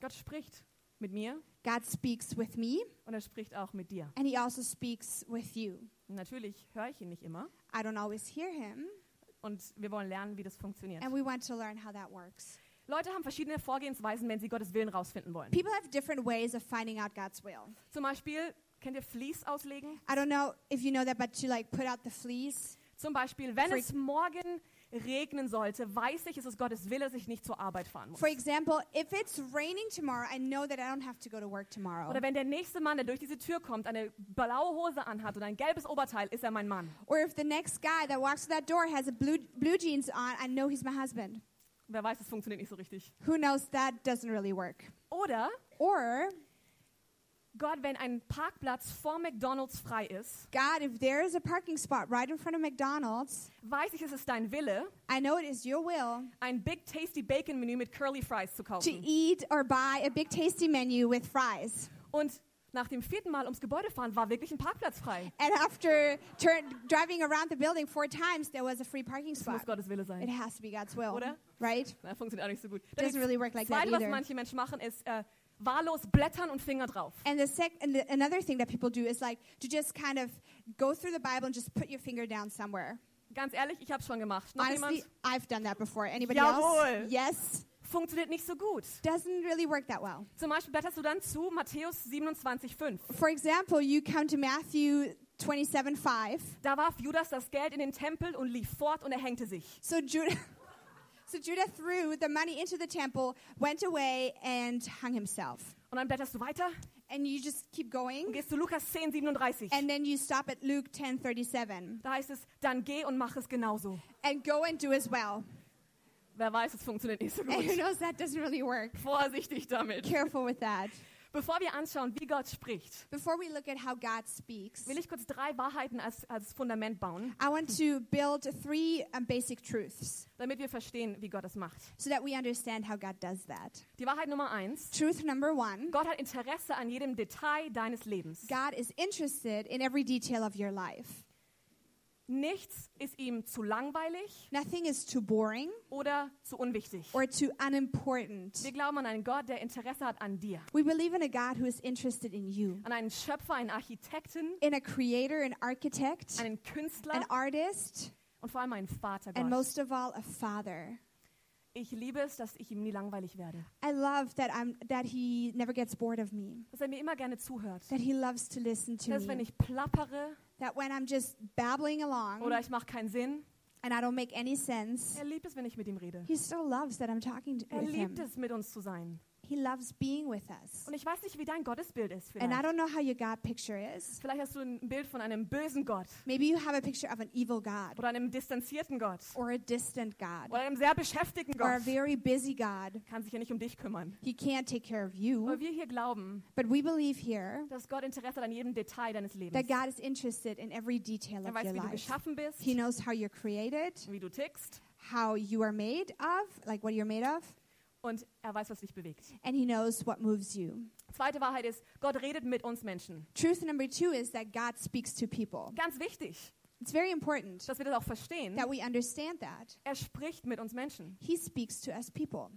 Gott spricht mit mir God speaks with me, und er spricht auch mit dir. and He also speaks with you. Und natürlich höre ich ihn nicht immer I don't always hear Him, und wir wollen lernen, wie das funktioniert. and we want to learn how that works. Leute haben verschiedene Vorgehensweisen, wenn sie Gottes Willen rausfinden wollen. People have different ways of finding out God's will. Zum Beispiel, kennt ihr Vlies auslegen? I don't know if you know that, but you like put out the fleas. Zum Beispiel, wenn For- es morgen regnen sollte, weiß ich, es ist Gottes Wille, dass ich nicht zur Arbeit fahren muss. For example, if it's raining tomorrow, I know that I don't have to go to work tomorrow. Oder wenn der nächste Mann, der durch diese Tür kommt, eine blaue Hose anhat und ein gelbes Oberteil, ist er mein Mann. Or if the next guy that walks through that door has a blue, blue jeans on, I know he's my husband. Wer weiß, es funktioniert nicht so richtig. Who knows that doesn't really work. Oder Or Gott, wenn ein Parkplatz vor McDonald's frei ist, God, if there is a parking spot right in front of McDonald's, weiß ich, es ist dein Wille, I know it is your will ein Big Tasty Bacon Menü mit Curly Fries zu to kaufen. eat or buy a big tasty menu with fries. Und nach dem vierten Mal ums Gebäude fahren, war wirklich ein Parkplatz frei. And after turn, driving around the building four times, there was a free parking Das muss spot. Gottes Wille It sein. has to be God's will, Oder? right? Na, funktioniert auch nicht so gut. Das Doesn't really work like that Zweite, was either. manche Menschen machen, ist äh, wahllos blättern und Finger drauf. And the sec- and the, another thing that people do is like to just kind of go through the Bible and just put your finger down somewhere. Ganz ehrlich, ich habe schon gemacht. Noch Honestly, jemand? I've done that before. Anybody Jawohl. else? Yes. Funktioniert nicht so gut. Doesn't really work that well. Zum Beispiel blätterst du dann zu Matthäus 27,5. For example, you come to Matthew 27 5. Da warf Judas das Geld in den Tempel und lief fort und er hängte sich. So Judah, so Judah threw the money into the temple, went away, and hung himself. Und dann blätterst du weiter And you just keep und going, gehst zu Lukas 10, 37. and then you stop at Luke 10 37 Da heißt es, dann geh und mach es genauso. and go and do as well. Wer weiß, es funktioniert nicht so And who gut. knows that doesn't really work. Vorsichtig damit. Careful with that. Bevor wir anschauen, wie Gott spricht, Before we look at how God speaks, will ich kurz drei Wahrheiten als, als Fundament bauen, I want to build three um, basic truths damit wir verstehen, wie Gott es macht. so that we understand how God does that. Die Wahrheit Nummer eins. Truth number one Gott hat Interesse an jedem Detail deines Lebens. God is interested in every detail of your life. Nichts ist ihm zu langweilig Nothing is too boring oder zu unwichtig. or too unimportant. Wir glauben an einen Gott, der Interesse hat an dir. We believe in a God who is interested in you, An einen Schöpfer, einen Architekten, in a creator, an architect, einen Künstler an artist, und vor allem einen Vater Gott. and most of all, a father. Ich liebe es, dass ich ihm nie langweilig werde. I love that I'm that he never gets bored of me, Dass er mir immer gerne zuhört. that he loves to listen to Dass wenn me, ich plappere that when I'm just babbling along oder ich mache keinen Sinn, and I don't make any sense, er liebt es, wenn ich mit ihm rede. he still loves that I'm talking to, Er with him. liebt es, mit uns zu sein. He loves being with us. Und ich weiß nicht, wie dein Gottesbild ist. And I Vielleicht, don't know how your God picture is. vielleicht hast du ein Bild von einem bösen Gott Maybe you have a picture of an evil God oder einem distanzierten Gott. or a distant God Oder einem sehr beschäftigten Oh or a Gott. very busy God. Kann sich ja nicht um dich kümmern. He can't take care of Aber you. wir hier glauben, But we believe here dass Gott Interesse hat an jedem Detail deines Lebens. that God is interested in every detail Er of weiß, your wie du life. geschaffen bist, He knows how you're created, wie du tickst how you are made of, like what you're made of, und er weiß, was dich bewegt. and He knows what moves you. Zweite Wahrheit ist, Gott redet mit uns Menschen. Truth number two is that God speaks to people. Ganz wichtig, It's very important dass wir das auch verstehen. that we understand that. Er spricht mit uns Menschen. He speaks to us people.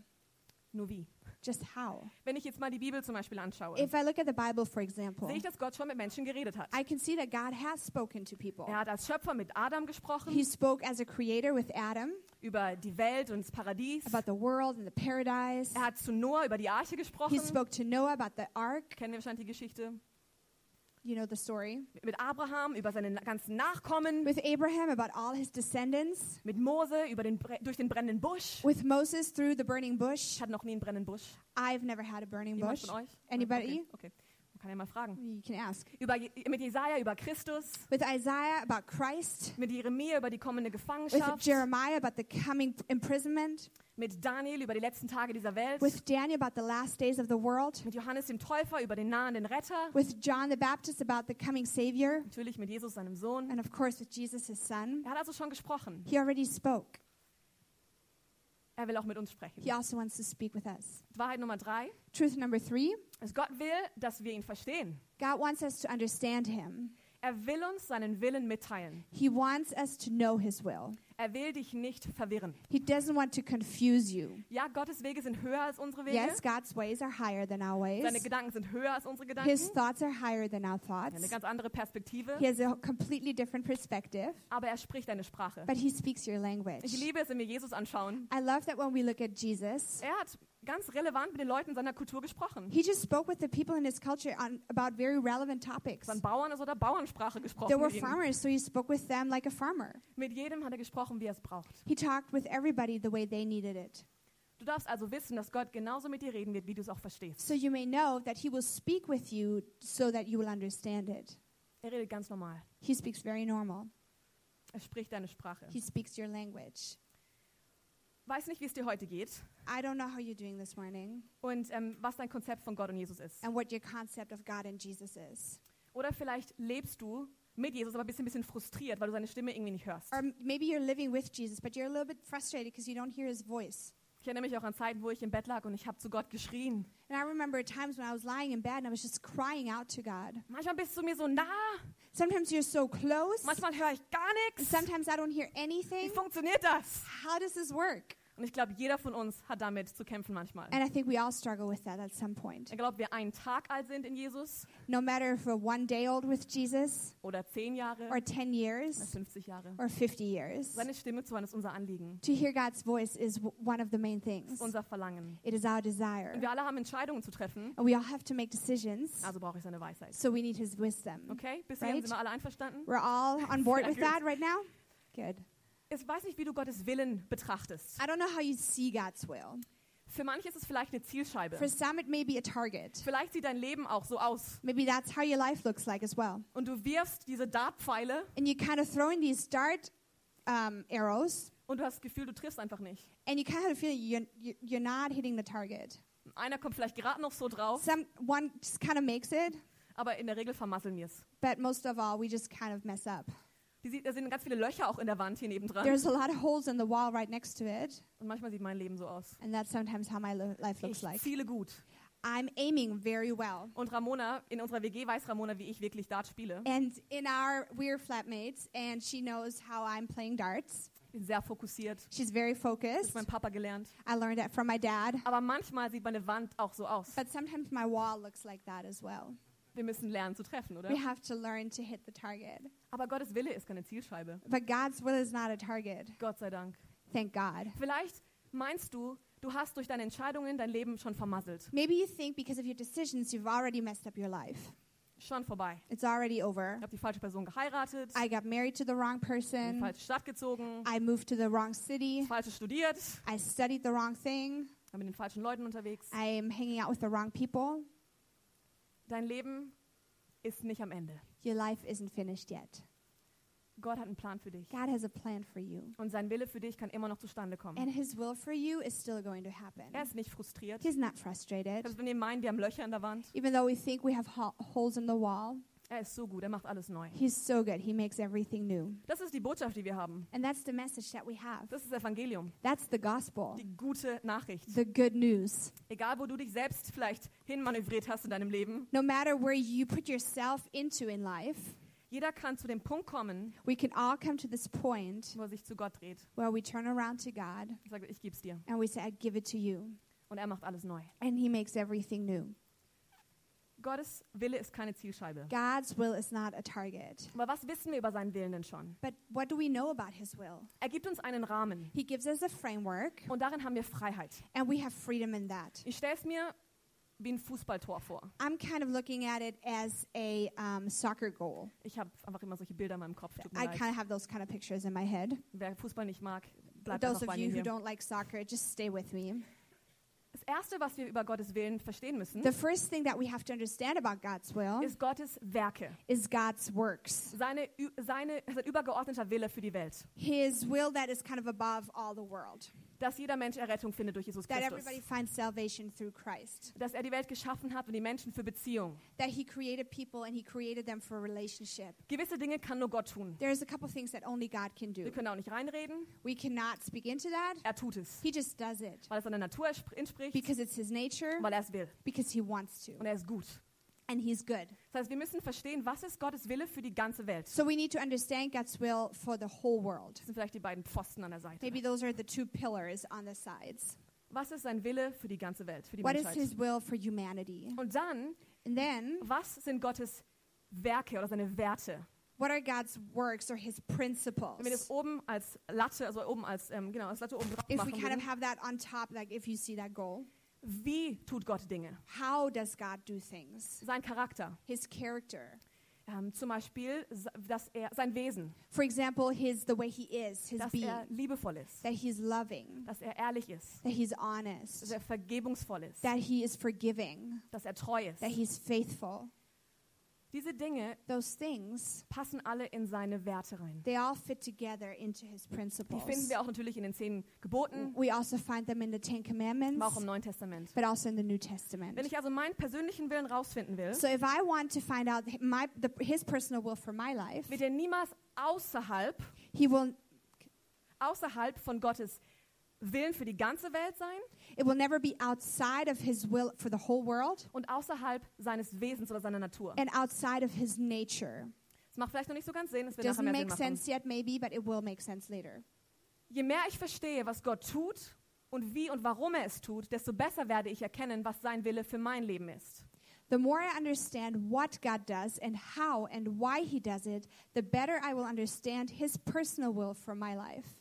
Nur wie? Just how? Wenn ich jetzt mal die Bibel zum Beispiel anschaue, If I look at the Bible, for example, sehe ich, dass Gott schon mit Menschen geredet hat. I can see that God has spoken to people. Er hat als Schöpfer mit Adam gesprochen He spoke as a creator with Adam über die Welt und das Paradies. about the world and the paradise. Er hat zu Noah über die Arche He gesprochen. spoke to Noah about the ark. Kennen wir wahrscheinlich die Geschichte. You know the story. Mit Abraham über seine na- ganzen Nachkommen. With Abraham about all his descendants. Mit Mose über den, Bre- durch den brennenden Busch. With Moses through the burning bush. Ich hatte noch nie einen brennenden Busch. I've never had a burning Jemand bush. von euch? Anybody? Okay, okay. Man kann ja mal fragen. You can ask. Über, Je- mit Jesaja über Christus, With Isaiah about Christ. mit Jeremia über die kommende With Gefangenschaft, Jeremiah about the coming imprisonment. mit Daniel über die letzten Tage dieser Welt, With Daniel about the last days of the world. mit Johannes dem Täufer über den nahenden Retter, With John the Baptist about the coming Savior. natürlich mit Jesus, seinem Sohn. And of course with Jesus, his son. Er hat also schon gesprochen. He already spoke. Er will auch mit uns sprechen. He also wants to speak with us. Wahrheit Nummer drei Truth number three ist, Also Gott will, dass wir ihn verstehen. God wants us to understand Him. Er will uns seinen Willen mitteilen. He wants us to know His will. Er will dich nicht verwirren. He doesn't want to confuse you. Ja, Gottes Wege sind höher als unsere Wege. Yes, God's ways are higher than our Seine ways. Gedanken sind höher als unsere Gedanken. His thoughts are higher than our Er hat eine thoughts. ganz andere Perspektive, He has a completely different perspective, aber er spricht eine Sprache. but he speaks your Ich language. liebe es, wenn wir Jesus anschauen. I love that when we look at Jesus, Er hat ganz relevant mit den Leuten seiner Kultur gesprochen. he just spoke with the people in his culture on, about very relevant topics. Von Bauern ist oder Bauernsprache gesprochen. There were Mit, ihm. farmers, so he spoke with them like a farmer. mit jedem hat er gesprochen, wie er es braucht. He talked with everybody the way they needed it. Du darfst also wissen, dass Gott genauso mit dir reden wird, wie du es auch verstehst. So you may know that he will speak with you so that you will understand it. Er redet ganz normal. He speaks very normal. Er spricht deine Sprache. He speaks your language. Weiß nicht, wie es dir heute geht I don't know how you're doing this morning und ähm, was dein Konzept von Gott und Jesus ist. and what your concept of God and Jesus is. Oder vielleicht lebst du mit Jesus, aber bist ein bisschen frustriert, weil du seine Stimme irgendwie nicht hörst. Or m- maybe you're living with Jesus, but you're a little bit frustrated because you don't hear his voice. Ich erinnere mich auch an Zeiten, wo ich im Bett lag und ich habe zu Gott geschrien. And I remember times when I was lying in bed and I was just crying out to God. Manchmal bist du mir so nah, Sometimes you're so close, manchmal höre ich gar and nichts. sometimes I don't hear Wie anything. funktioniert das? How does this work? Und ich glaube, jeder von uns hat damit zu kämpfen manchmal. And I think we all struggle with that at some point. Egal, ob wir einen Tag alt sind in Jesus No matter if we're one day old with Jesus, oder zehn Jahre or oder 10 years, 50 Jahre. or 50 years, Seine Stimme zu hören ist unser Anliegen, to hear God's voice is w- one of the main things. unser Verlangen. It is our desire. Und wir alle haben Entscheidungen zu treffen, And we all have to make decisions, also brauche ich seine Weisheit. so we need his wisdom. Okay? Bis hierhin Right. sind wir alle einverstanden? We're all on board Sehr with gut. that right now? Good. Ich weiß nicht, wie du Gottes Willen betrachtest. I don't know how you see God's will. Für manche ist es vielleicht eine Zielscheibe. For some, it may be a target. Vielleicht sieht dein Leben auch so aus. Maybe that's how your life looks like as well. Und du wirfst diese Dartpfeile And you kind of throw in these dart um, arrows, und du hast das Gefühl, du triffst einfach nicht. and you kind of feel you're, you're- you're not hitting the target. Einer kommt vielleicht gerade noch so drauf, Some one just kind of makes it, aber in der Regel vermasseln wir es. but most of all, we just kind of mess up. Die sieht- Da sind ganz viele Löcher auch in der Wand hier nebendran. There's a lot of holes in the wall right next to it, Und manchmal sieht mein Leben so aus. and that's sometimes how my lo- life Ich looks like. ziele gut. I'm aiming very well, Und Ramona, in unserer WG weiß Ramona, wie ich wirklich Dart spiele. and in our we're flatmates, and she knows how I'm playing darts. Bin sehr fokussiert. She's very Das focused. hat mein Papa gelernt. I learned that from my dad, Aber manchmal sieht meine Wand auch so aus. but sometimes my wall looks like that as well. Wir müssen lernen zu treffen, oder? We have to learn to hit the target, Aber Gottes Wille ist keine Zielscheibe. but God's will is not a target. Gott sei Dank. Thank God. Vielleicht meinst du, du hast durch deine Entscheidungen dein Leben schon vermasselt. Maybe you think because of your decisions, you've already messed up your life. Schon vorbei. It's already over. Ich habe die falsche Person geheiratet, I got married to the wrong in die person. falsche Stadt gezogen, I moved to the wrong city. das falsche studiert, I studied the wrong thing. war mit den falschen Leuten unterwegs. I am hanging out with the wrong people. Dein Leben ist nicht am Ende. Your life isn't finished yet. Gott hat einen Plan für dich. God has a plan for you, Und sein Wille für dich kann immer noch zustande kommen. and His will for you is still going to happen. Er ist nicht frustriert. He's not frustrated. Selbst wenn wir meinen, wir haben Löcher in der Wand. Even though we think we have ho- holes in the wall, Er ist so gut, er macht alles neu. He's so good. He makes everything new. Das ist die Botschaft, die wir haben. And that's the message that we have. Das ist das Evangelium. That's the gospel, Die gute Nachricht. the good news. Egal, wo du dich selbst vielleicht hinmanövriert hast in deinem Leben, No matter where you put yourself into in life, jeder kann zu dem Punkt kommen, we can all come to this point wo er sich zu Gott dreht where we turn around to God und sagt, ich geb's dir. and we say, I give it to you. Und er macht alles neu. And He makes everything new. Gottes Wille ist keine Zielscheibe. God's will is not a target. Aber was wissen wir über seinen Willen denn schon? But what do we know about His will? Er gibt uns einen Rahmen He gives us a framework, und darin haben wir Freiheit. and we have freedom in that. Ich stelle es mir wie ein Fußballtor vor. I'm kind of looking at it as a um, soccer goal. Ich habe einfach immer solche Bilder in meinem Kopf. Tut mir I leid. kind of have those kind of pictures in my head. Wer Fußball nicht mag, For bleibt those einfach of bei you mir hier. who don't like soccer, just stay with me. Das Erste, was wir über Gottes Willen verstehen müssen, The first thing that we have to understand about God's will ist Gottes Werke. is God's works. Seine, Ü- seine, sein übergeordneter Wille für die Welt. His will that is kind of above all the world. Dass jeder Mensch Errettung findet durch Jesus That everybody Christus. finds salvation through Christ. Dass er die Welt geschaffen hat und die Menschen für Beziehung. That he created people and he created them for a relationship. Gewisse Dinge kann nur Gott tun. There's a couple things that only God can Wir do. können auch nicht reinreden. We cannot speak into that. Er tut es. He just does it Weil es seiner Natur entsp- entspricht, because it's his nature, weil er es will. because he wants to. Und er ist gut. and he's good. Das heißt, wir müssen verstehen, was ist Gottes Wille für die ganze Welt. So we need to understand God's will for the whole world. Das sind vielleicht die beiden Pfosten an der Seite. Maybe those are the two pillars on the sides. Was ist sein Wille für die ganze Welt, für die What is Menschheit? his will for humanity? Und dann, And then, was sind Gottes Werke oder seine Werte? what are God's works or his Wenn wir das principles? oben als Latte, also oben als, ähm, genau, als Latte oben drauf If machen, we kind of würden, have that on top, like if you see that goal, wie tut Gott Dinge? how does God do things? Sein Charakter, His character. ähm, zum Beispiel, se- dass er, sein Wesen, For example, his the way he is, his dass er being, liebevoll ist, that he's loving, dass er ehrlich ist, that he's dass honest, er vergebungsvoll ist, that he is forgiving, dass er treu ist. that he's faithful. Diese Dinge Those things, passen alle in seine Werte rein. they all fit together into his Die finden principles. wir auch natürlich in den zehn Geboten, We also find them in the Ten Commandments, aber auch im Neuen Testament. but also in the New Wenn Testament. ich also meinen persönlichen Willen rausfinden will, So if I want to find out my, the, his personal will for my life, wird er niemals außerhalb, he will, außerhalb von Gottes Willen für die ganze Welt sein it will never be outside of his will for the whole world und außerhalb seines Wesens oder seiner Natur. and outside of his nature. Das macht vielleicht noch nicht so ganz Sinn, das wird nachher Doesn't mehr Sinn make machen. sense yet, maybe, but it will make sense later. Je mehr ich verstehe, was Gott tut und wie und warum er es tut, desto besser werde ich erkennen, was sein Wille für mein Leben ist. The more I understand what God does and how and why he does it, the better I will understand his personal will for my life.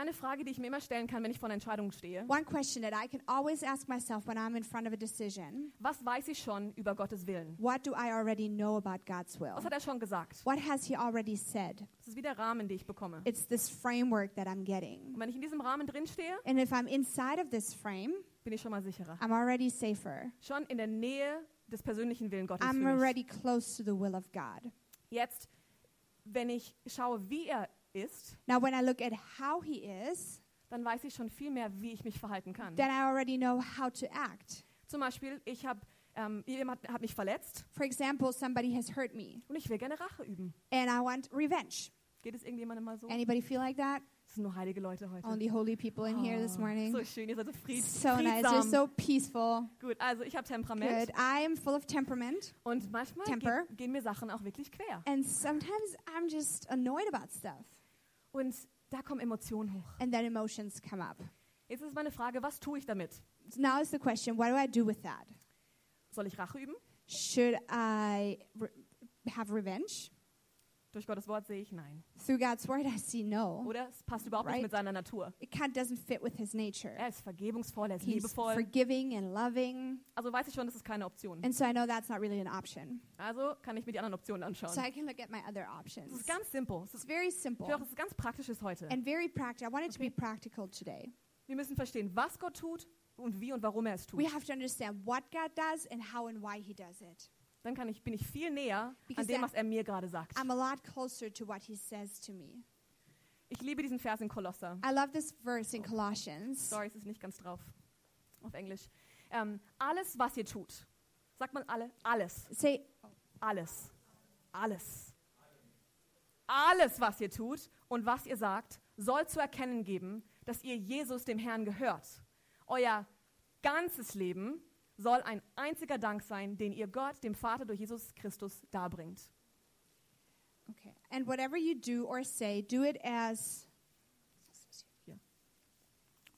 Eine Frage, die ich mir immer stellen kann, wenn ich vor einer Entscheidung stehe. One question that I can always ask myself when I'm in front of a decision Was weiß ich schon über Gottes Willen? What do I already know about God's will? Was hat er schon gesagt? What has He already said? Das ist wie der Rahmen, den ich bekomme. It's this framework that I'm Und getting. wenn ich in diesem Rahmen drinstehe, And if I'm inside of this frame, bin ich schon mal sicherer. I'm already safer. Schon in der Nähe des persönlichen Willen Gottes. I'm Für mich. already close to the will of God. Jetzt, wenn ich schaue, wie er ist, Now, when I look at how He is, dann weiß ich schon viel mehr, wie ich mich verhalten kann. then I already know how to act. Zum Beispiel, ich habe ähm, jemand hat, hat mich verletzt For example, somebody has hurt me und ich will gerne Rache üben. and I want revenge. Geht es irgendjemandem mal so? Anybody feel like that? Es sind nur heilige Leute heute. Only holy people in here this Oh, So morning. schön, ihr seid so fried, So nice. friedsam. You're so peaceful. Gut, also ich habe Temperament Good. I am full of temperament. und manchmal Temper. ge- gehen mir Sachen auch wirklich quer. And sometimes I'm just annoyed about stuff. Und da kommen Emotionen hoch. And then emotions come up. Jetzt ist meine Frage, was tue ich damit? So now is the question what do I do with that? Soll ich Rache üben? Should I re- have revenge? Durch Gottes Wort sehe ich nein. Through God's word, I see no. Oder es passt überhaupt Oh. Right. nicht mit seiner Natur. It kind of doesn't fit with his nature. Er ist vergebungsvoll, er ist He's liebevoll. forgiving and loving. also weiß ich schon, das ist keine Option. And so I know that's not really an option. Also kann ich mir die anderen Optionen anschauen. So I can look at my other Es options. ist ganz simpel. Es ist, It's very ich simple höre, es ist ganz praktisches heute. and very practical. I want it to be practical today. Wir müssen verstehen, was Gott tut und wie und warum er es We tut. have to understand what God does and how and why he does it. Dann kann ich, bin ich viel näher an Because dem, that- was er mir gerade sagt. I'm a lot closer to what he says to me. Ich liebe diesen Vers in Kolosser. I love this verse in Colossians. Sorry, es ist nicht ganz drauf. Auf Englisch. Ähm, alles, was ihr tut, sagt man alle, alles. Say, Alles. Alles. Alles, was ihr tut und was ihr sagt, soll zu erkennen geben, dass ihr Jesus dem Herrn gehört. Euer ganzes Leben soll ein einziger Dank sein, den ihr Gott, dem Vater durch Jesus Christus darbringt. okay. And whatever you do or say, do it as,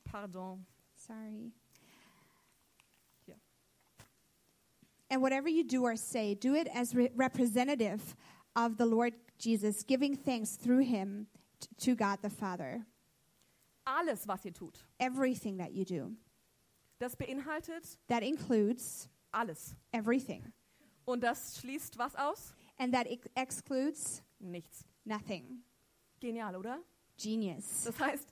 Pardon. sorry. Yeah. And whatever you do or say, do it as re- representative of the Lord Jesus, giving thanks through him t- to God the Father. Alles, was ihr tut, Everything that you do. das beinhaltet That includes alles. everything. Und das schließt was aus? And that ex- excludes Nichts. nothing. Genial, oder? Genius. Das heißt,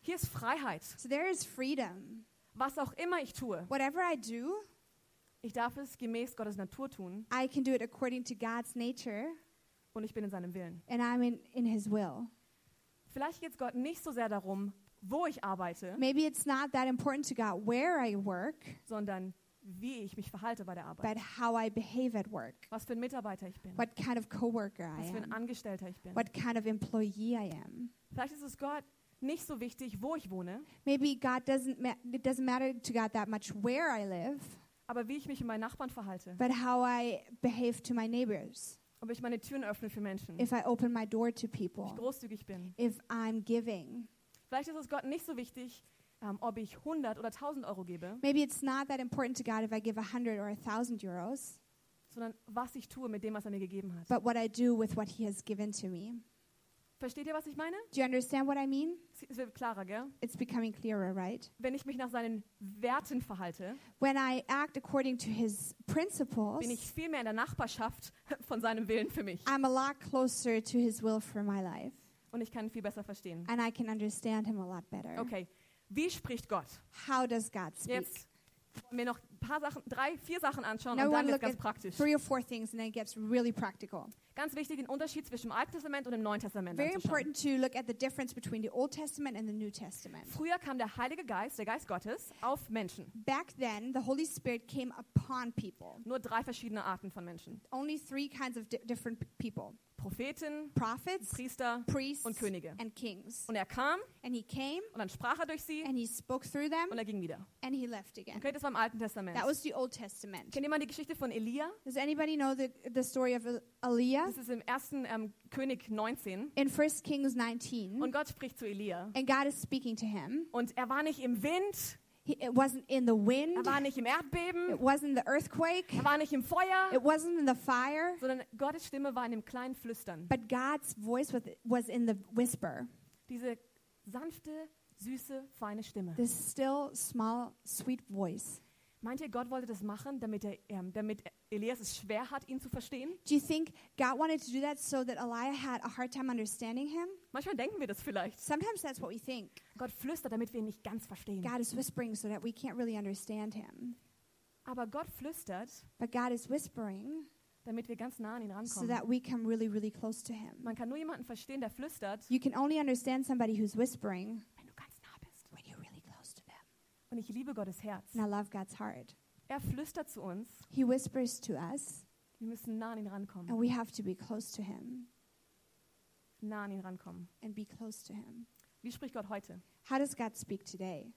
hier ist Freiheit. So there is freedom. Was auch immer ich tue, Whatever I do, ich darf es gemäß Gottes Natur tun I can do it according to God's nature, und ich bin in seinem Willen. and I'm in, in His will. Vielleicht geht es Gott nicht so sehr darum, wo ich arbeite, Maybe it's not that important to God where I work, sondern wie ich mich verhalte bei der Arbeit. but how I behave at work, Was für ein Mitarbeiter ich bin. what kind of coworker I Was für ein am, Angestellter ich bin. what kind of employee I am. Vielleicht ist es Gott nicht so wichtig, wo ich wohne, Maybe God doesn't ma- it doesn't matter to God that much where I live, aber wie ich mich mit meinen Nachbarn verhalte, but how I behave to my neighbors, ob ich meine Türen öffne für Menschen, ob if I open my door to ich people, großzügig bin. if I'm giving. Vielleicht ist es Gott nicht so wichtig, ähm, ob ich 100 oder 1000 Euro gebe, Maybe it's not that important to God if I give 100 or 1,000 euros, sondern was ich tue mit dem, was er mir gegeben hat. but what I do with what He has given to me. Versteht ihr, was ich meine? Do you understand what I mean? Es wird klarer, gell? It's becoming clearer, right? Wenn ich mich nach seinen Werten verhalte, When I act according to His principles, bin ich viel mehr in der Nachbarschaft von seinem Willen für mich. I'm a lot closer to His will for my life, Und ich kann ihn viel besser verstehen. and I can understand Him a lot better. Okay, wie spricht Gott? How does God speak? Jetzt wollen wir noch ein paar Sachen, drei, vier Sachen anschauen Now und we dann want to wird look ganz at praktisch. three or four things, and then it gets really practical. Ganz wichtig, den Unterschied zwischen dem Alten Testament und dem Neuen Testament Very anzuschauen. important to look at the difference between the Old Testament and the New Testament. Früher kam der Heilige Geist, der Geist Gottes, auf Menschen. Back then, the Holy Spirit came upon people. Nur drei verschiedene Arten von Menschen. Only three kinds of di- different p- people Propheten, prophets, Priester priests, und Könige. and kings. Und er kam And he came, und dann sprach er durch sie and he spoke through them, und er ging wieder. and he left again. Okay, das war im Alten Testament. That was the Old Testament. Kennt ihr mal die Geschichte von Elia? Does anybody know the, the story of El- Eliah? Das ist im ersten ähm, König 19. In 1 Kings 19, Und Gott spricht zu Elia. and God is speaking to him. Und er war nicht im Wind, He, it wasn't in the er wind, war nicht im Erdbeben, it wasn't the earthquake, er war nicht im Feuer, it wasn't in the fire, sondern Gottes Stimme war in dem kleinen Flüstern. but God's voice was, was in the whisper. Diese sanfte, süße, feine Stimme. This still, small, sweet voice. Meint ihr, Gott wollte das machen, damit, er, ähm, damit Elias es schwer hat, ihn zu verstehen? Do you think God wanted to do that so that Eliah had a hard time understanding him? Manchmal denken wir das vielleicht. Sometimes that's what we think. Gott flüstert, damit wir ihn nicht ganz verstehen. God is whispering so that we can't really understand him. Aber Gott flüstert, But God is whispering damit wir ganz nah an ihn so rankommen. that we come really, really close to him. Man kann nur jemanden verstehen, der flüstert, You can only understand somebody who's whispering wenn du ganz nah bist. when you're really close to them. Und ich liebe Gottes Herz. And I love God's heart. Er flüstert zu uns, He whispers to us, wir müssen nah an ihn rankommen. and we have to be close to him Nah an ihn rankommen. and be close to him. Wie spricht Gott heute? How does God speak today?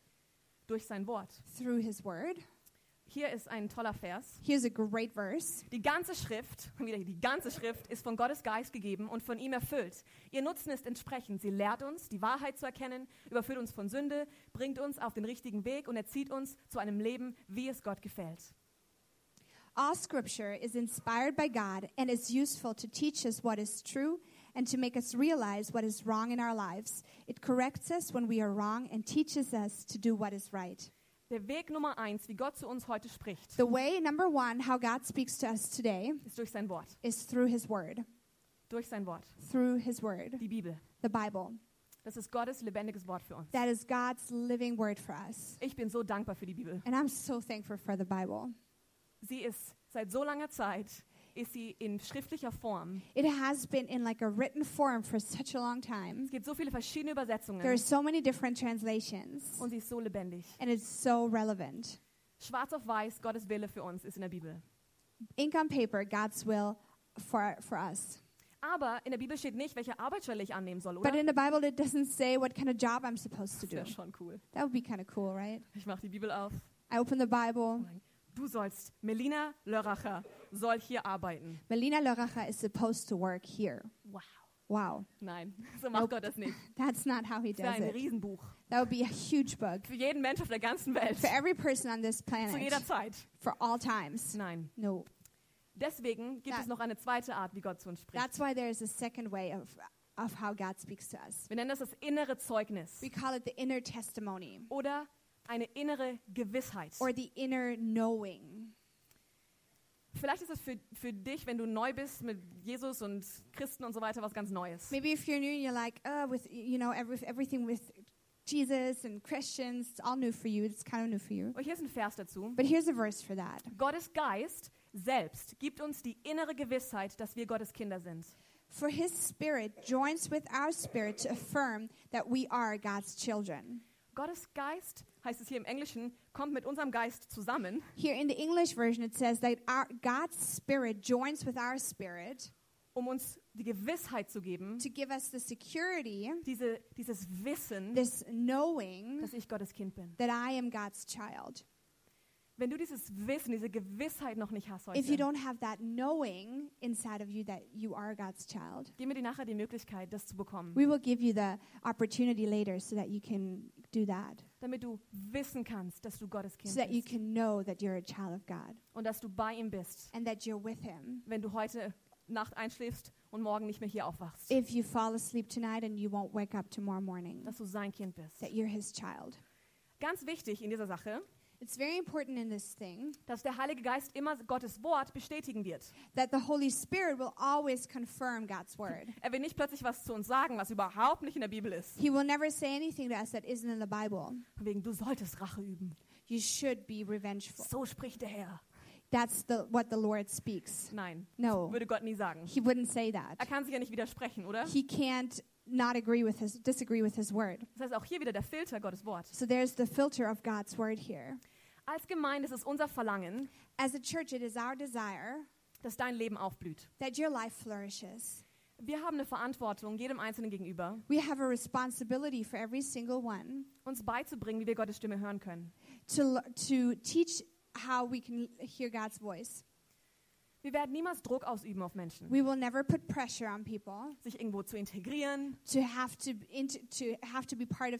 Durch sein Wort. Through his word. Hier ist ein toller Vers. Here's a great verse. Die ganze Schrift, wieder die ganze Schrift ist von Gottes Geist gegeben und von ihm erfüllt. Ihr Nutzen ist entsprechend. Sie lehrt uns, die Wahrheit zu erkennen, überführt uns von Sünde, bringt uns auf den richtigen Weg und erzieht uns zu einem Leben, wie es Gott gefällt. All scripture is inspired by God and is useful to teach us what is true and to make us realize what is wrong in our lives. It corrects us when we are wrong and teaches us to do what is right. Der Weg Nummer eins, wie Gott zu uns heute spricht, The way, number one, how God speaks to us today ist durch sein Wort. is through His Word. Durch sein Wort. Through His Word, Die Bibel. the Bible. Das ist Gottes lebendiges Wort für uns. That is God's living Word for us. Ich bin so dankbar für die Bibel. And I'm so thankful for the Bible. Sie ist seit so langer Zeit, ist sie in schriftlicher Form. It has been in like a written form for such a long time. Es gibt so viele verschiedene Übersetzungen There are so many different translations, und sie ist so lebendig. and it's so relevant. Schwarz auf weiß, Gottes Wille für uns ist in der Bibel. ink on paper God's will for, for us. Aber in der Bibel steht nicht, welche Arbeitsstelle ich annehmen soll, oder? But in the Bible, it doesn't say what kind of job I'm supposed to Das do. wäre schon cool. That would be kind of cool, right? Ich mache die Bibel auf. I open the Bible. Du sollst, Melina Lörracher, soll hier arbeiten. Melina Loracha is supposed to work here. Wow. Wow, Nein, so macht Nope. Gott das nicht. that's not how he Das wäre does ein it. Riesenbuch. That would be a huge book Für jeden Mensch auf der ganzen Welt. for every person on this Zu planet jeder Zeit. for all times. Nein. No, Deswegen gibt Ja. es noch eine zweite Art, wie Gott zu uns spricht. that's why there is a second way of, of how God speaks to us. Wir nennen das das innere Zeugnis We call it the inner testimony oder eine innere Gewissheit. or the inner knowing. Vielleicht ist es für, für dich, wenn du neu bist mit Jesus und Christen und so weiter, was ganz Neues. Maybe if you're new and you're like, uh, with you know every, everything with Jesus and Christians, it's all new for you. It's kind of new for you. Und hier ist ein Vers dazu. But here's a verse for that. Gottes Geist selbst gibt uns die innere Gewissheit, dass wir Gottes Kinder sind. For His Spirit joins with our spirit to affirm that we are God's children. Gottes Geist, heißt es hier im Englischen, kommt mit unserem Geist zusammen Here in the English version, it says that our, God's Spirit joins with our spirit um uns die Gewissheit zu geben, to give us the security, diese, dieses Wissen, this knowing dass ich Gottes Kind bin. that I am God's child. Wenn du dieses Wissen, diese Gewissheit noch nicht hast if you heute, don't have that knowing inside of you that you are God's child, gib mir dir nachher die Möglichkeit, das zu bekommen, we will give you the opportunity later so that you can do that, damit du wissen kannst, dass du Gottes Kind so that you bist can know that you're a child of God und dass du bei ihm bist, and that you're with Him. wenn du heute Nacht einschläfst und morgen nicht mehr hier aufwachst, If you fall asleep tonight and you won't wake up tomorrow morning, dass du sein Kind bist. that you're His child. Ganz wichtig in dieser Sache, It's very important in this thing dass der Heilige Geist immer Gottes Wort bestätigen wird. that the Holy Spirit will always confirm God's word. Er will nicht plötzlich was zu uns sagen, was überhaupt nicht in der Bibel ist. He will never say anything to us that isn't in the Bible. Von wegen, du solltest Rache üben. You should be revengeful. So spricht der Herr. That's the, what the Lord speaks. Nein, No, würde Gott nie sagen. He wouldn't say Er that. kann sich ja nicht widersprechen, oder? He can't not agree with his disagree with his word. Das heißt, auch hier wieder der Filter Gottes Wort. So there's the filter of God's word here. Als Gemeinde ist es unser Verlangen, As a church, it is our desire dass dein Leben aufblüht. that your life flourishes. Wir haben eine Verantwortung jedem Einzelnen gegenüber, We have a responsibility for every single one uns beizubringen, wie wir Gottes Stimme hören können. to l- to teach how we can hear God's voice. Wir werden niemals Druck ausüben auf Menschen, We will never put pressure on people sich irgendwo zu integrieren, to have to into, to have to be part irgendwo of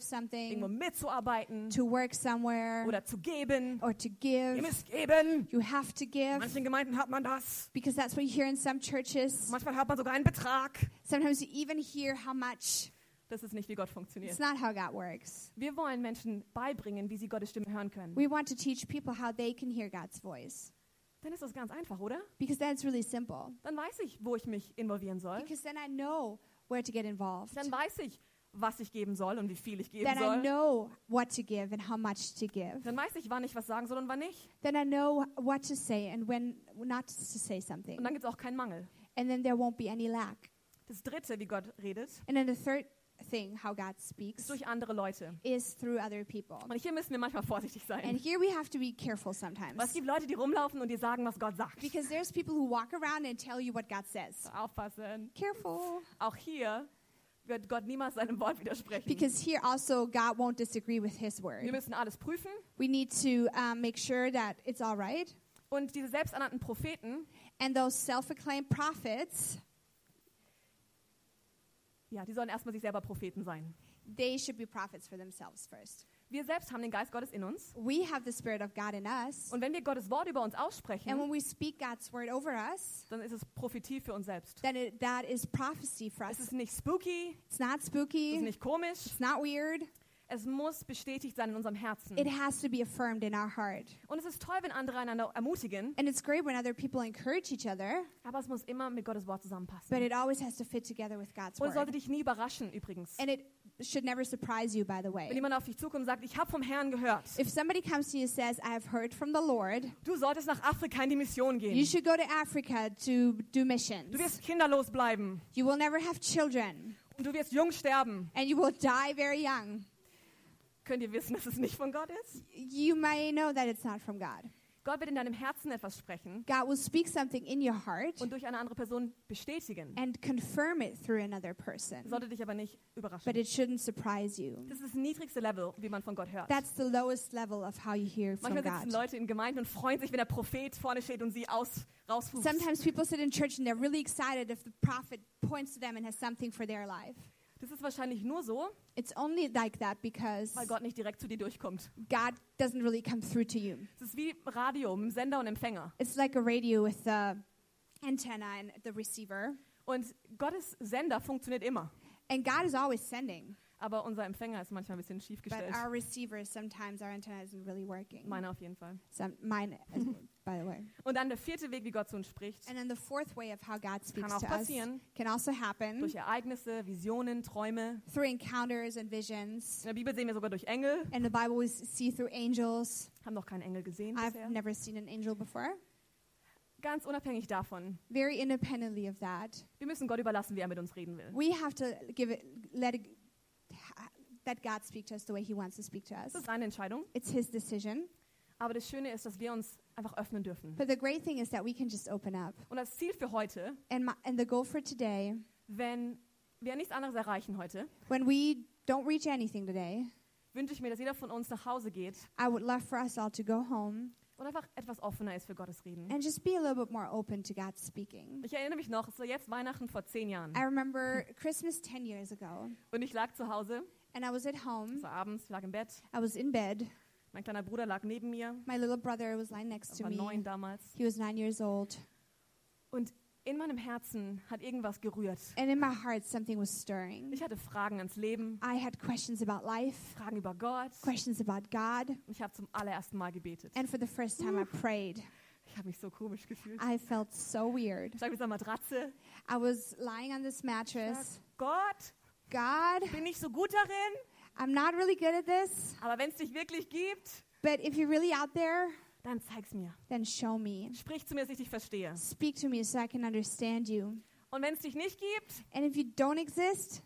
something, mitzuarbeiten to work somewhere, oder zu geben. or to Ihr give. müsst geben. You have to In give manchen Gemeinden hat man das. because that's what you hear in some churches. Manchmal hat man sogar einen Betrag. Sometimes you even hear how much. Das ist nicht, wie Gott funktioniert. It's not how God works. Wir wollen Menschen beibringen, wie sie Gottes Stimme hören können. We want to teach people how they can hear God's voice Dann ist das ganz einfach, oder? because then it's really simple. Dann weiß ich, wo ich mich involvieren soll. Because then I know where to get involved. Dann weiß ich, was ich geben soll und wie viel ich geben Then I soll. know what to give and how much to give. Dann weiß ich, wann ich was sagen soll und wann nicht. Then I know what to say and when not to say something. Und dann gibt es auch keinen Mangel. And then there won't be any lack. Das Dritte, wie Gott redet, And then the third thing, how God speaks, ist durch andere Leute. is through other people. Und hier müssen wir manchmal vorsichtig And sein. here we have to be Weil careful es sometimes gibt Leute, die rumlaufen und die sagen, was Gott sagt. because there's people who walk around and tell you what God says. Aufpassen. Careful. Auch hier wird Gott niemals seinem Wort widersprechen. Because here also, God won't disagree with His Wir word. müssen alles prüfen. We need to um, make sure that it's all right. Und diese selbsternannten Propheten, And those self acclaimed prophets, ja, die sollen erstmal sich selber Propheten sein. they should be prophets for themselves first. Wir selbst haben den Geist Gottes in uns. We have the Spirit of God in us. Und wenn wir Gottes Wort über uns And aussprechen, when we speak God's word over us, dann ist es Prophetie für uns selbst. then it, that is prophecy for Es us. ist nicht spooky, It's not es ist spooky, nicht komisch. it's not weird. Es muss bestätigt sein in unserem Herzen. It has to be affirmed in our heart. Und es ist toll, wenn andere einander ermutigen, And it's great when other people encourage each other, aber es muss immer mit Gottes Wort but zusammenpassen. it always has to fit together with God's Und es sollte word. dich nie überraschen, übrigens. And it should never surprise you, by the Wenn way. jemand auf dich zukommt und sagt, ich habe vom Herrn gehört, If somebody comes to you and says, I have heard from the Lord, du solltest nach Afrika in die Mission you gehen. should go to Africa to do Du missions. wirst kinderlos bleiben You will never have children, und du wirst jung sterben. and you will die very young. Könnt ihr wissen, dass es nicht von Gott ist? You may know that it's not from God. Gott wird in deinem Herzen etwas sprechen God will speak something in your heart und durch eine andere Person bestätigen. and confirm it through another person, Sollte dich aber nicht überraschen. but it shouldn't surprise you. Das ist das niedrigste Level, wie man von Gott hört. That's the lowest level of how you hear from Manchmal sitzen God. Leute in Gemeinden und freuen sich, wenn der Prophet vorne steht und sie aus, rausruft. Sometimes people sit in church and they're really excited if the prophet points to them and has something for their life. Das ist wahrscheinlich nur so, It's only like that because weil Gott nicht direkt zu dir durchkommt. God doesn't really come through to you. Es ist wie Radio, mit Sender und Empfänger. It's like a radio with the antenna and the receiver, Und Gottes Sender funktioniert immer. and God is always sending, Aber unser Empfänger ist manchmal ein bisschen schief but gestellt. our receiver sometimes our antenna isn't really working. Meiner auf jeden Fall. Some, mine, is- by the way. Und dann der vierte Weg, wie Gott zu uns spricht, And then the fourth way of how God speaks kann auch to us passieren. can also happen Durch Ereignisse, Visionen, Träume. through encounters and In visions. der Bibel sehen wir sogar durch Engel. In the Bible, we s- see through angels. Haben noch keinen Engel gesehen I've bisher. never seen an angel before. Ganz unabhängig davon. Very independently of that, Wir müssen Gott überlassen, wie er mit uns reden will. we have to give it, let it, let God speak to us the way He wants to speak to us. Das ist seine Entscheidung. It's His decision. Aber das Schöne ist, dass wir uns einfach öffnen dürfen. But the great thing is that we can just open up. Und das Ziel für heute, And my, and the goal for today, wenn wir nichts anderes erreichen heute, when we don't reach anything today, wünsche ich mir, dass jeder von uns nach Hause geht I would love for us all to go home und einfach etwas offener ist für Gottes Reden. and just be a little bit more open to God speaking. Ich erinnere mich noch, es war jetzt Weihnachten vor zehn Jahren I remember Christmas 10 years ago, und ich lag zu Hause, and I was at es home. war abends, ich lag im Bett, I was in bed. mein kleiner Bruder lag neben mir, My little brother was lying next er to war neun me. damals. He was nine years old. Und in meinem Herzen hat irgendwas gerührt. And in my heart, something was stirring. Ich hatte Fragen ans Leben, I had questions about life, Fragen über Gott. questions about God, Und Ich habe zum allerersten Mal gebetet. and for the first time, I prayed. Ich habe mich so komisch gefühlt. I felt so weird. Ich lag mit einer Matratze. I was lying on this mattress. Gott, God, bin ich so gut darin? I'm not really good at this, Aber wenn es dich wirklich gibt, but if you're really out there, dann zeig's mir. then show me. Sprich zu mir, dass ich dich verstehe. Speak to me so I can understand you. Und wenn es dich nicht gibt, And if you don't exist,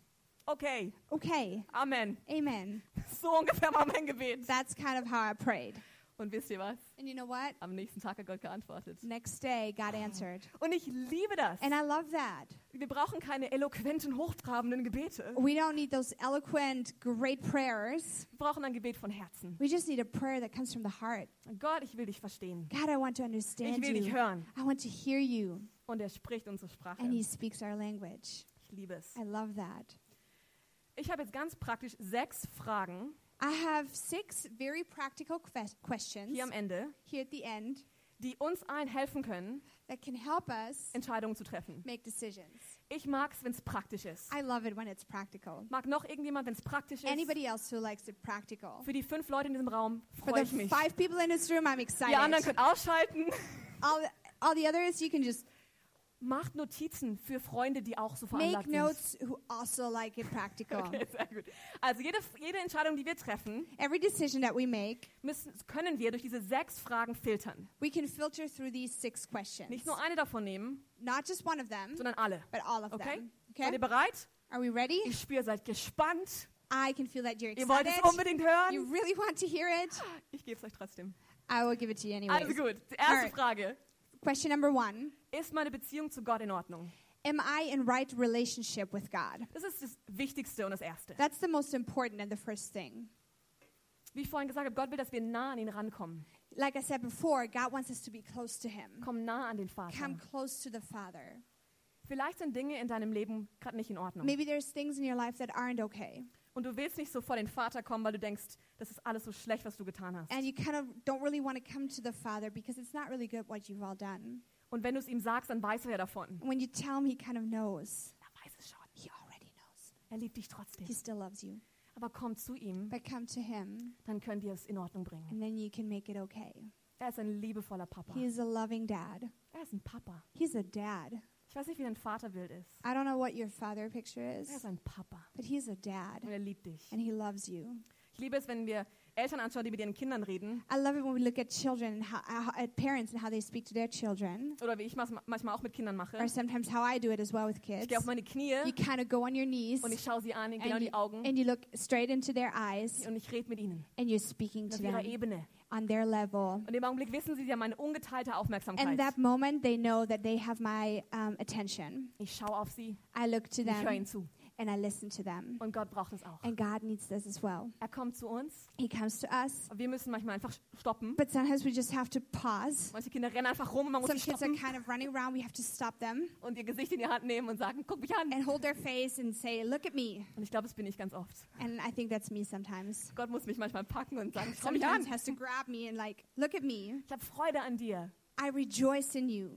okay, okay, Amen. amen. So ungefähr war mein Gebet. That's kind of how I prayed. Und wisst ihr was? And you know what? Am nächsten Tag hat Gott geantwortet. Next day, God answered. Mhm. Und ich liebe das. And I love that. Wir brauchen keine eloquenten, hochtrabenden Gebete. We don't need those eloquent, great prayers. Wir brauchen ein Gebet von Herzen. We just need a prayer that comes from the heart. Gott, ich will dich verstehen. God, I want to Ich understand will dich you. hören. I want to hear you. Und er spricht unsere Sprache. And He speaks our language. Ich liebe es. I love that. Ich habe jetzt ganz praktisch sechs Fragen I have six very practical ques- questions hier am Ende, here at the end die uns allen helfen können, that can help us Entscheidungen zu treffen. make decisions. Ich mag es, wenn es praktisch ist. I love it when it's practical. Mag noch irgendjemand, wenn es praktisch ist? Anybody else who likes it practical? Für die fünf Leute in diesem Raum For freue ich the mich. five people in this room, I'm excited. Die anderen können ausschalten. all, all the others, you can just Macht Notizen für Freunde, die auch so veranlagt make sind. notes who also like it practical. Okay, sehr gut. Also jede, jede Entscheidung, die wir treffen, Every decision that we make, müssen, können wir durch diese sechs Fragen filtern. we can filter through these six questions. Nicht nur eine davon nehmen, Not just one of them, sondern alle. but all of Okay? them. Seid Mhm. Okay? ihr bereit? Are we ready? Ich spüre, ihr seid gespannt. I can feel that you're Ihr wollt excited. es unbedingt hören. You really want to hear it? Ich gebe es euch trotzdem. I will give it to you anyway. Also gut, die erste Alright. Frage. Question number one Ist meine Beziehung zu Gott in Ordnung? Am I in right relationship with God? Das ist das Wichtigste und das Erste. That's the most important and the first thing. Wie ich vorhin gesagt habe, Gott will, dass wir nah an ihn rankommen. Like I said before, God wants us to be close to Him, Komm nah an den Vater. come close to the Father. Vielleicht sind Dinge in deinem Leben gerade nicht in Ordnung. Maybe there's things in your life that aren't okay, Und du willst nicht so vor den Vater kommen, weil du denkst, das ist alles so schlecht, was du getan hast. and you kind of don't really want to come to the Father because it's not really good what you've all done. Und wenn du es ihm sagst, dann weiß er ja davon. And when you tell Him, He kind of knows. Er weiß es schon. He already knows. Er liebt dich He trotzdem. still loves you. Aber komm zu ihm, But come to Him, dann könnt ihr es in Ordnung bringen. and then you can make it okay. Er ist ein liebevoller Papa. He is a loving dad. Er ist ein Papa. He's a dad. Ich weiß nicht, wie dein Vaterbild ist. I don't know what your father picture is, Er ist ein Papa. but he's a dad, Und er liebt dich. and he loves you. Ich liebe es, wenn wir Eltern anschauen, die mit ihren Kindern reden. I love it when we look at children and how, how- at parents and how they speak to their children, Oder wie ich mas- manchmal auch mit Kindern mache. or sometimes how I do it as well with Ich kids. gehe auf meine Knie You kind of go on your knees und ich schaue sie an, in genau and, you, die Augen. and you look straiht into their eyes, Und ich rede mit ihnen. and you're speaking Auf to ihrer them Ebene. on their level. Und im Augenblick wissen sie, sie haben meine ungeteilte And Aufmerksamkeit. that moment, they know that they have my um, attention. Ich schaue auf sie, I look to ich höre ihnen them zu. and I listen to them. Und Gott braucht es auch. And God needs this as well. Er kommt zu uns. He comes to us, Wir müssen manchmal einfach stoppen. but sometimes we just have to pause. Manche Kinder rennen einfach rum und man muss Some sie kids are stoppen kind of running around. We have to stop them und ihr Gesicht in die Hand nehmen und sagen, guck mich an. and hold their face and say, Look at me. Und ich glaube, das bin ich ganz oft. And I think that's me sometimes. Gott muss mich manchmal packen und sagen, schau mich Sometimes an. has to grab me and like, look at me. Ich habe Freude an dir. I rejoice in you.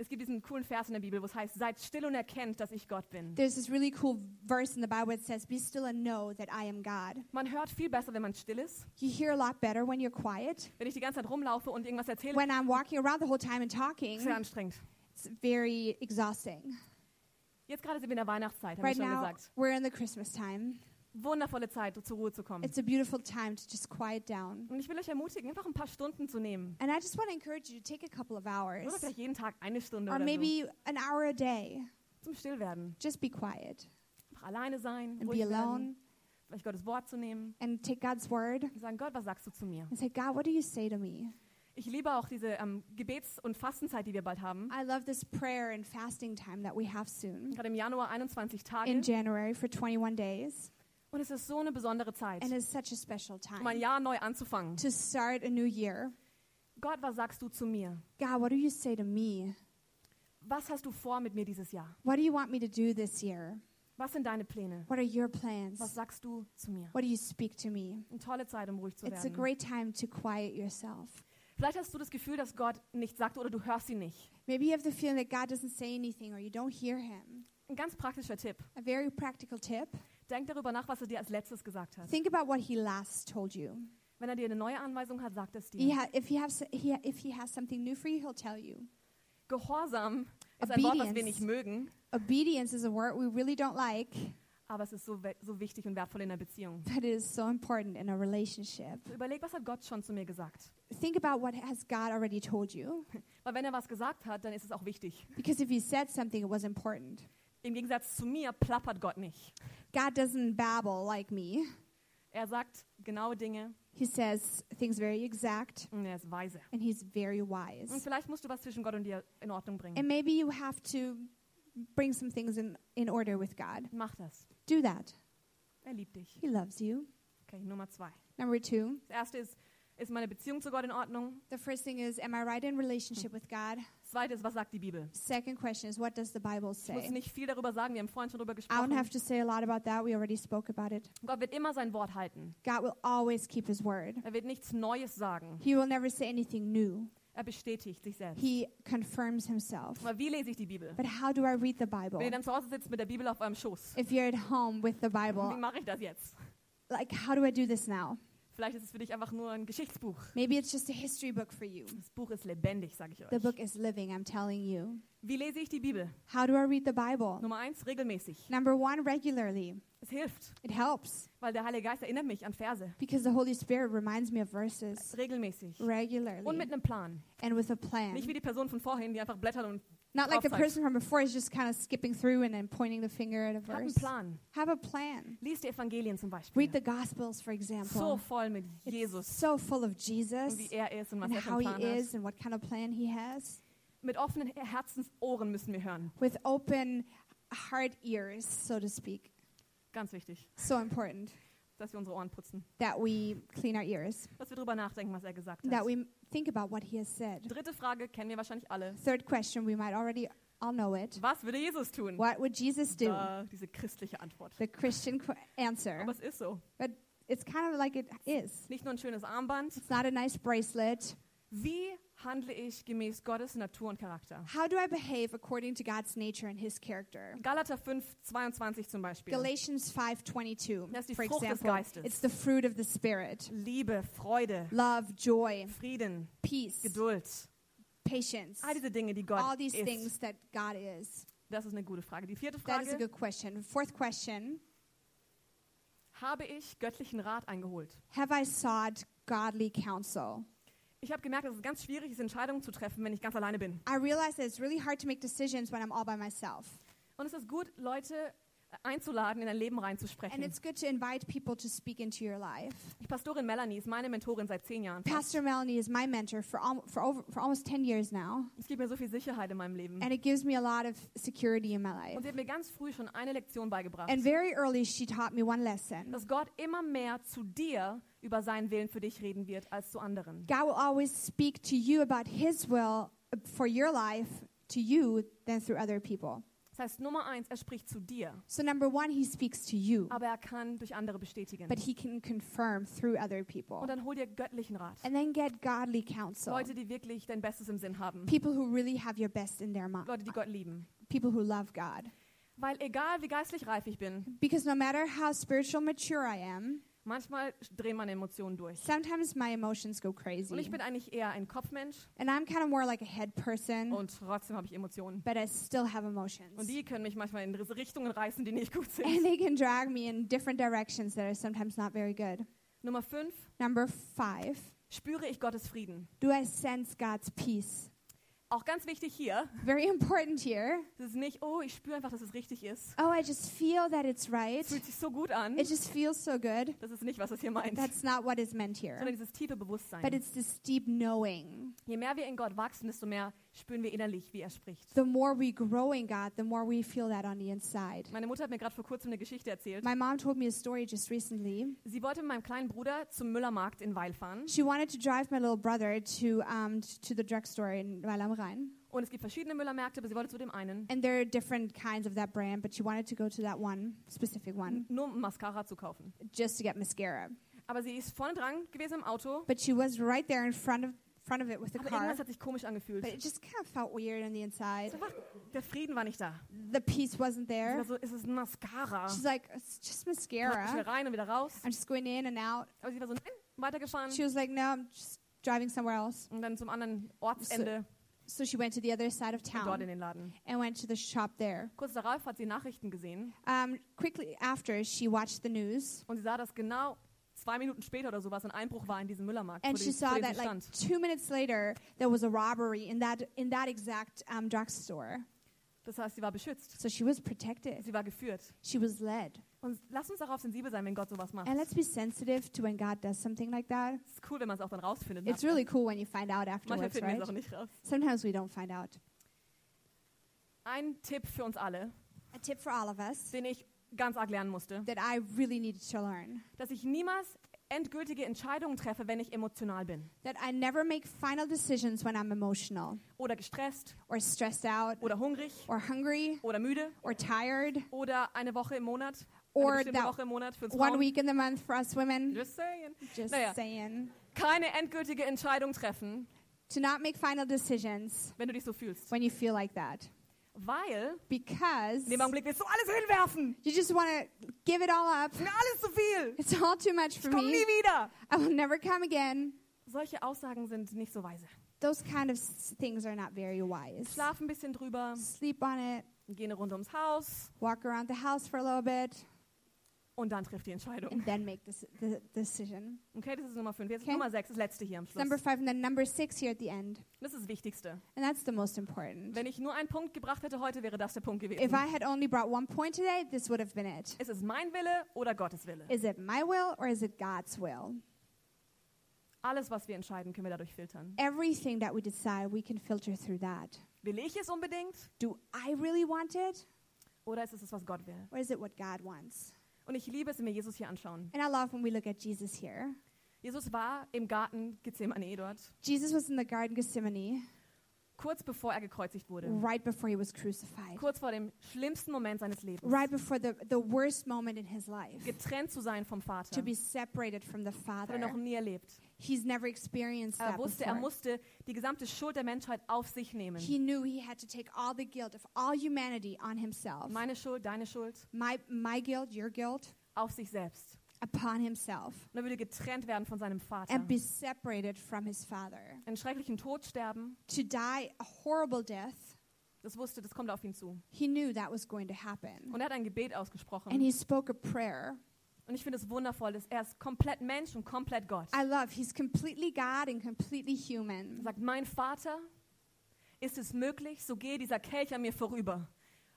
Es gibt diesen coolen Vers in der Bibel, wo es heißt, seid still und erkennt, dass ich Gott bin. There's this really cool verse in the Bible that says, Be still and know that I am God. Man hört viel besser, wenn man still ist. You hear a lot better when you're quiet. Wenn ich die ganze Zeit rumlaufe und irgendwas erzähle, When I'm walking around the whole time and talking, ist sehr anstrengend. it's very exhausting. Jetzt gerade sind wir in der Weihnachtszeit, habe Right ich schon now, gesagt. we're in the Christmas time. Wundervolle Zeit, zur Ruhe zu kommen. It's a beautiful time to just quiet down. Und ich will euch ermutigen, einfach ein paar Stunden zu nehmen. And I just want to encourage you to take a couple of hours Oder vielleicht jeden Tag eine Stunde or oder so. maybe an hour a day. Zum Stillwerden. Just be quiet Einfach alleine sein, and ruhig be werden. alone Vielleicht Gottes Wort zu nehmen and take God's word und sagen, Gott, was sagst du zu mir? and say, God, what do you say to me? Ich liebe auch diese ähm, Gebets- und Fastenzeit, die wir bald haben. I love this prayer and fasting time that we have soon Gerade im Januar 21 Tage. in January for 21 days. Und es ist so eine besondere Zeit, And it's such a special um ein time Jahr neu anzufangen. to start a new year. Gott, was sagst du zu mir? God, what do you say to me? Was hast du vor mit mir dieses Jahr? What do you want me to do this year? Was sind deine Pläne? What are your Was plans? sagst du zu mir? What do you speak to me? Eine tolle Zeit, um ruhig zu It's a werden. great time to quiet yourself. Vielleicht hast du das Gefühl, dass Gott nichts sagt oder du hörst ihn nicht. Maybe you have the feeling that God doesn't say anything or you don't hear him. Ein ganz praktischer Tipp. A very practical tip Denk darüber nach, was er dir als letztes gesagt hat. think about what he last told you. Wenn er dir eine neue Anweisung hat, sagt es He dir. ha- if, he has, he, if he has something new for you, he'll tell you. Gehorsam ist ein Wort, was wir nicht mögen, Obedience is a word we really don't like, aber es ist so, we- so wichtig und wertvoll in der Beziehung. but it is so important in a relationship. So überleg, was hat Gott schon zu mir gesagt? Think about what has God already told you. Weil wenn er was gesagt hat, dann ist es auch wichtig. Because if he said something, it was important. Im Gegensatz zu mir plappert Gott nicht. God doesn't babble like me. Er sagt genaue Dinge He says things very exact, und er ist weise. and he's very Und wise. vielleicht musst du was zwischen Gott und dir in Ordnung bringen. And maybe you have to bring some things in, in order with God. Mach das. Do that. Er liebt dich. He loves you. Okay, Nummer zwei. Number two, Das erste ist, ist meine Beziehung zu Gott in Ordnung? the first thing is, am I right in relationship with God? Das zweite ist, was sagt die Bibel? Second question is, what does the Bible Ich muss say? nicht viel darüber sagen, wir haben vorhin schon darüber I don't gesprochen. have to say a lot about that. We already spoke about it. Gott wird immer sein Wort halten. God will always keep his word. Er wird nichts Neues sagen. He will never say anything new. Er bestätigt sich selbst. He confirms himself. Aber wie lese ich die Bibel? But how do I read the Bible? Wenn ihr dann zu Hause sitzt mit der Bibel auf eurem Schoß, If you're at home with the wie Bible, mache ich das jetzt? like how do I do this now? Vielleicht ist es für dich einfach nur ein Geschichtsbuch. Maybe it's just a history book for you. Das Buch ist lebendig, sage ich The euch. book is living, I'm telling you. Wie lese ich die Bibel? How do I read the Bible? Nummer eins, regelmäßig. Number one, regularly. Es hilft, It helps weil der Heilige Geist erinnert mich an Verse. because the Holy Spirit reminds me of verses Regelmäßig. Und regularly mit einem Plan. and with a Nicht plan. wie die Person von vorhin, die einfach blättert und Not like the Laufzeit. person from before is just kind of skipping through and then pointing the finger at a hat einen verse. Plan. Have a plan. Lies die Evangelien zum Read Beispiel. the Gospels, for So example. voll mit It's Jesus so full of und Jesus wie er ist und was and er für how einen he Plan hat. is and what kind of plan he has. Mit offenen Herzensohren müssen wir hören. With open heart ears, so to speak. Ganz wichtig, So important dass wir unsere Ohren putzen. that we clean our ears, Dass wir drüber nachdenken, was er gesagt that hat. we think about what he has said. Dritte Frage kennen wir wahrscheinlich alle. Third question, we might already all know it. Was würde Jesus tun? What would Jesus do? Da, diese christliche Antwort. The Christian qu- answer. Aber es ist so. It's kind of like it is. Nicht nur ein schönes Armband. It's not a nice bracelet. Wie handle ich gemäß Gottes Natur und Charakter? How do I behave according to God's nature and his character? Galater 5, 22 zum Beispiel. Galatians 5:22, Das ist die for Frucht des example, Geistes. it's the fruit of the spirit: Liebe, Freude, love, joy, Frieden, peace, Geduld. patience. All diese Dinge, die Gott All these ist. things that God is. Das ist eine gute Frage. Die vierte That is a Frage. good question. Fourth question: Habe ich göttlichen Rat eingeholt? Have I sought godly counsel? Ich habe gemerkt, dass es ganz schwierig ist, Entscheidungen zu treffen, wenn ich ganz alleine bin. I realize that it's really hard to make decisions when I'm all by myself, Und es ist gut, Leute einzuladen, in dein Leben reinzusprechen. and it's good to invite people to speak into your life. Die Pastorin Melanie ist meine Mentorin seit zehn Jahren. fast. Pastor Melanie is my mentor for al- for over, for almost ten years now, Es gibt mir so viel Sicherheit in meinem Leben. and it gives me a lot of security in my life. Und sie hat mir ganz früh schon eine Lektion beigebracht, And very early, she taught me one lesson. dass Gott immer mehr zu dir über seinen Willen für dich reden wird als zu anderen. God will always speak to you about His will uh, for your life to you than through other people. Das heißt, Nummer eins, er spricht zu dir, So, number one, He speaks to you, aber er kann durch andere bestätigen. but He can confirm through other people. Und dann hol dir göttlichen Rat. And then get godly counsel. Leute, die wirklich dein Bestes im Sinn haben. People who really have your best in their mind, Leute, die Gott lieben. people who love God. Weil egal, wie geistlich reif ich bin, Because no matter how spiritual mature I am, manchmal drehen meine Emotionen durch. sometimes my emotions go Und ich crazy. bin eigentlich eher ein Kopfmensch And I'm kind of more like a head person, und trotzdem habe ich Emotionen. but I still have Und emotions. die können mich manchmal in Richtungen reißen, die nicht gut sind. And they can drag me in different directions that are sometimes not very good. Nummer fünf, Number five, spüre ich Gottes Frieden. do I sense God's peace? Auch ganz wichtig hier, Very important here. es ist nicht, oh, ich spüre einfach, dass es richtig ist. Oh, I just feel that it's right. Es fühlt sich so gut an. It just feels so good. Das ist nicht, was es hier meint. That's not what is meant here. Sondern dieses tiefe Bewusstsein. But it's this deep knowing Je mehr wir in Gott wachsen, desto mehr spüren wir innerlich, wie er spricht. The more we grow in God, the more we feel that on the inside. Meine Mutter hat mir gerade vor kurzem eine Geschichte erzählt. My mom told me a story just recently. Sie wollte mit meinem kleinen Bruder zum Müllermarkt in Weil fahren. She wanted to drive my little brother to um, t- to the drugstore in Weil am Rhein, Und es gibt verschiedene Müllermärkte, aber sie wollte zu dem einen, and there are different kinds of that brand, but she wanted to go to that one specific one nur um Mascara zu kaufen. just to get mascara. Aber sie ist vorne dran gewesen im Auto, But she was right there in front of front of it with the aber car. irgendwas hat sich komisch angefühlt. But it just kind of felt weird on the inside. Es war einfach- Der Frieden war nicht da. The piece wasn't Sie war there. so, es ist Mascara. She's like, it's just Ich will mascara. rein und wieder raus. I'm just going in and out. Aber sie war so, nein, weitergefahren. She was like, no, I'm just driving somewhere else. Und dann zum anderen Ortsende So she went to the other side of und dort in town den Laden. and went to the shop there. Kurz darauf hat sie Nachrichten gesehen Um, quickly after, she watched the news und sie sah, dass genau zwei Minuten später oder sowas ein Einbruch war in diesem Müllermarkt, and vor she dem, saw vor dem sie that like stand. two minutes later there was a robbery in that in that exact um, drugstore. Das heißt, sie war beschützt. So she was protected. Sie war geführt. She was led. Und lass uns darauf sensibel sein, wenn Gott sowas macht. And Es let's be sensitive to when God does something like that. ist cool, wenn man es auch dann rausfindet. It's ne? really cool when you find out Manchmal afterwards, finden right? wir es auch nicht raus. Sometimes we don't find out. Ein Tipp für uns alle, A tip for all of us den ich ganz arg lernen musste, that I really needed to learn dass ich niemals endgültige Entscheidungen treffe, wenn ich emotional bin that I never make final decisions when I'm emotional oder gestresst or stressed out oder hungrig or hungry oder müde or tired oder eine Woche im Monat Or eine bestimmte that Woche im Monat für uns one Frauen. week in the month for us women. Just saying. Just Naja. saying. Keine endgültige Entscheidung treffen, To not make final decisions wenn du dich so fühlst, when you feel like that. weil Because in dem Augenblick willst du alles hinwerfen. you just want to give it all up. Ist Mir alles zu viel. It's all too much for Ich komme nie me. wieder. I will never come again. Solche Aussagen sind nicht so weise. Those kind of s- things are not very wise. Schlaf ein bisschen drüber, Sleep on it, geh eine Runde ums Haus walk around the house for a little bit, und dann triff die Entscheidung. and then make this, the decision. Okay, das ist Nummer 5. Jetzt Okay. Nummer 6, das letzte hier am Schluss. Number five, and then number six here at the end. Das ist das Wichtigste. And that's the most important. Wenn ich nur einen Punkt gebracht hätte heute, wäre das der Punkt gewesen. If I had only brought one point today, this would have been it. Ist es mein Wille oder Gottes Wille? Is it my will or is it God's will? Alles, was wir entscheiden, können wir dadurch filtern. Everything that we decide, we can filter through that. Will ich es unbedingt Do I really want it oder ist es das, was Gott will? or is it what God wants? Und ich liebe es, wenn wir Jesus hier anschauen. And I love when we look at Jesus here. Jesus war im Garten Gethsemane dort, Jesus was in the Garden Gethsemane kurz bevor er gekreuzigt wurde. right before he was crucified, Kurz vor dem schlimmsten Moment seines Lebens. right before the, the worst moment in his life, Getrennt zu sein vom Vater. to Hat be separated from the er Father. noch nie erlebt. He's never experienced Er that wusste, er before. musste die gesamte Schuld der Menschheit auf sich nehmen. He knew he had to take all the guilt of all humanity on himself. Meine Schuld, deine Schuld, my, my guilt, your guilt, auf sich selbst. upon himself Und er würde getrennt werden von seinem Vater. and be separated from his father. Einen schrecklichen Tod sterben. To die a horrible death, Das wusste, das kommt auf ihn zu. he knew that was going to happen. Und er hat ein Gebet And ausgesprochen. he spoke a prayer. Und ich finde es wundervoll, dass er ist komplett Mensch und komplett Gott. I love, he's completely God and completely human. Er sagt, mein Vater, ist es möglich, so gehe dieser Kelch an mir vorüber.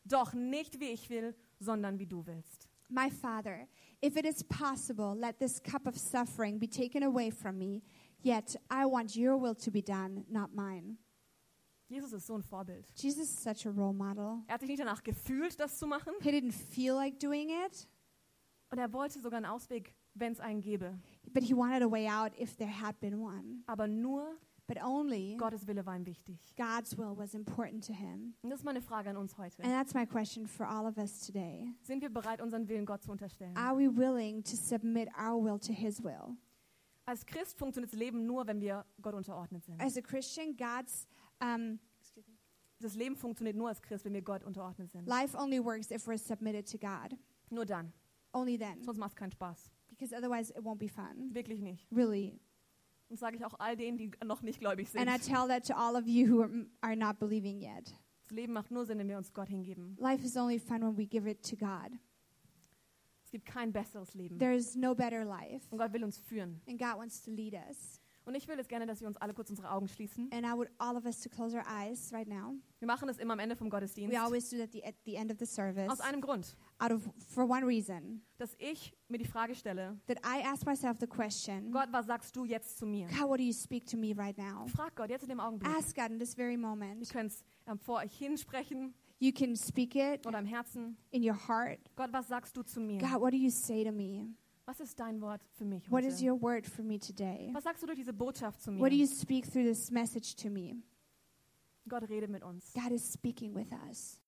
Doch nicht wie ich will, sondern wie du willst. My father, if it is possible, let this cup of suffering be taken away from me. Yet I want your will to be done, not mine. Jesus ist so ein Vorbild. Jesus is such a role model. Er hat sich nicht danach gefühlt, das zu machen. He didn't feel like doing it, Und er wollte sogar einen Ausweg, wenn es einen gäbe. but he wanted a way out if there had been one. Aber nur But only Gottes Wille war ihm wichtig. God's will was important to him. Und das ist meine Frage an uns heute. And that's my question for all of us today. Sind wir bereit, unseren Willen Gott zu unterstellen? Are we willing to submit our will to his will? Als Christ funktioniert das Leben nur, wenn wir Gott unterordnet sind. As a Christian, God's um, Das Leben funktioniert nur als Christ, wenn wir Gott unterordnet sind. life only works if we're submitted to God. Nur dann. Only then, Sonst macht es keinen Spaß. because otherwise it won't be fun. Wirklich nicht. Really. Und sage ich auch all denen, die noch nicht gläubig sind. And I tell that to all of you who are, are not believing yet. Das Leben macht nur Sinn, wenn wir uns Gott hingeben. Life is only fun when we give it to God. Es gibt kein besseres Leben. There is no better life. Und Gott will uns führen. And God wants to lead us. Und ich will jetzt gerne, dass wir uns alle kurz unsere Augen schließen. And I would all of us to close our eyes right now. Wir machen das immer am Ende vom Gottesdienst. We always do that at the, at the end of the service. Aus einem Grund, Out of for one reason dass ich mir die Frage stelle, that I ask myself the question, Gott, was sagst du jetzt zu mir? God, what do you speak to me right now? Frag Gott jetzt in dem Augenblick. Ask God in this very Ihr moment. könnt es ähm, vor euch hinsprechen You can speak it oder im Herzen. in your heart. Gott, was sagst du zu mir? God, what do you say to me? Was ist dein Wort für mich What is heute? your word for me today? Was sagst du durch diese Botschaft zu What do you mir? speak through this message to me? Gott redet mit uns. God is speaking with us.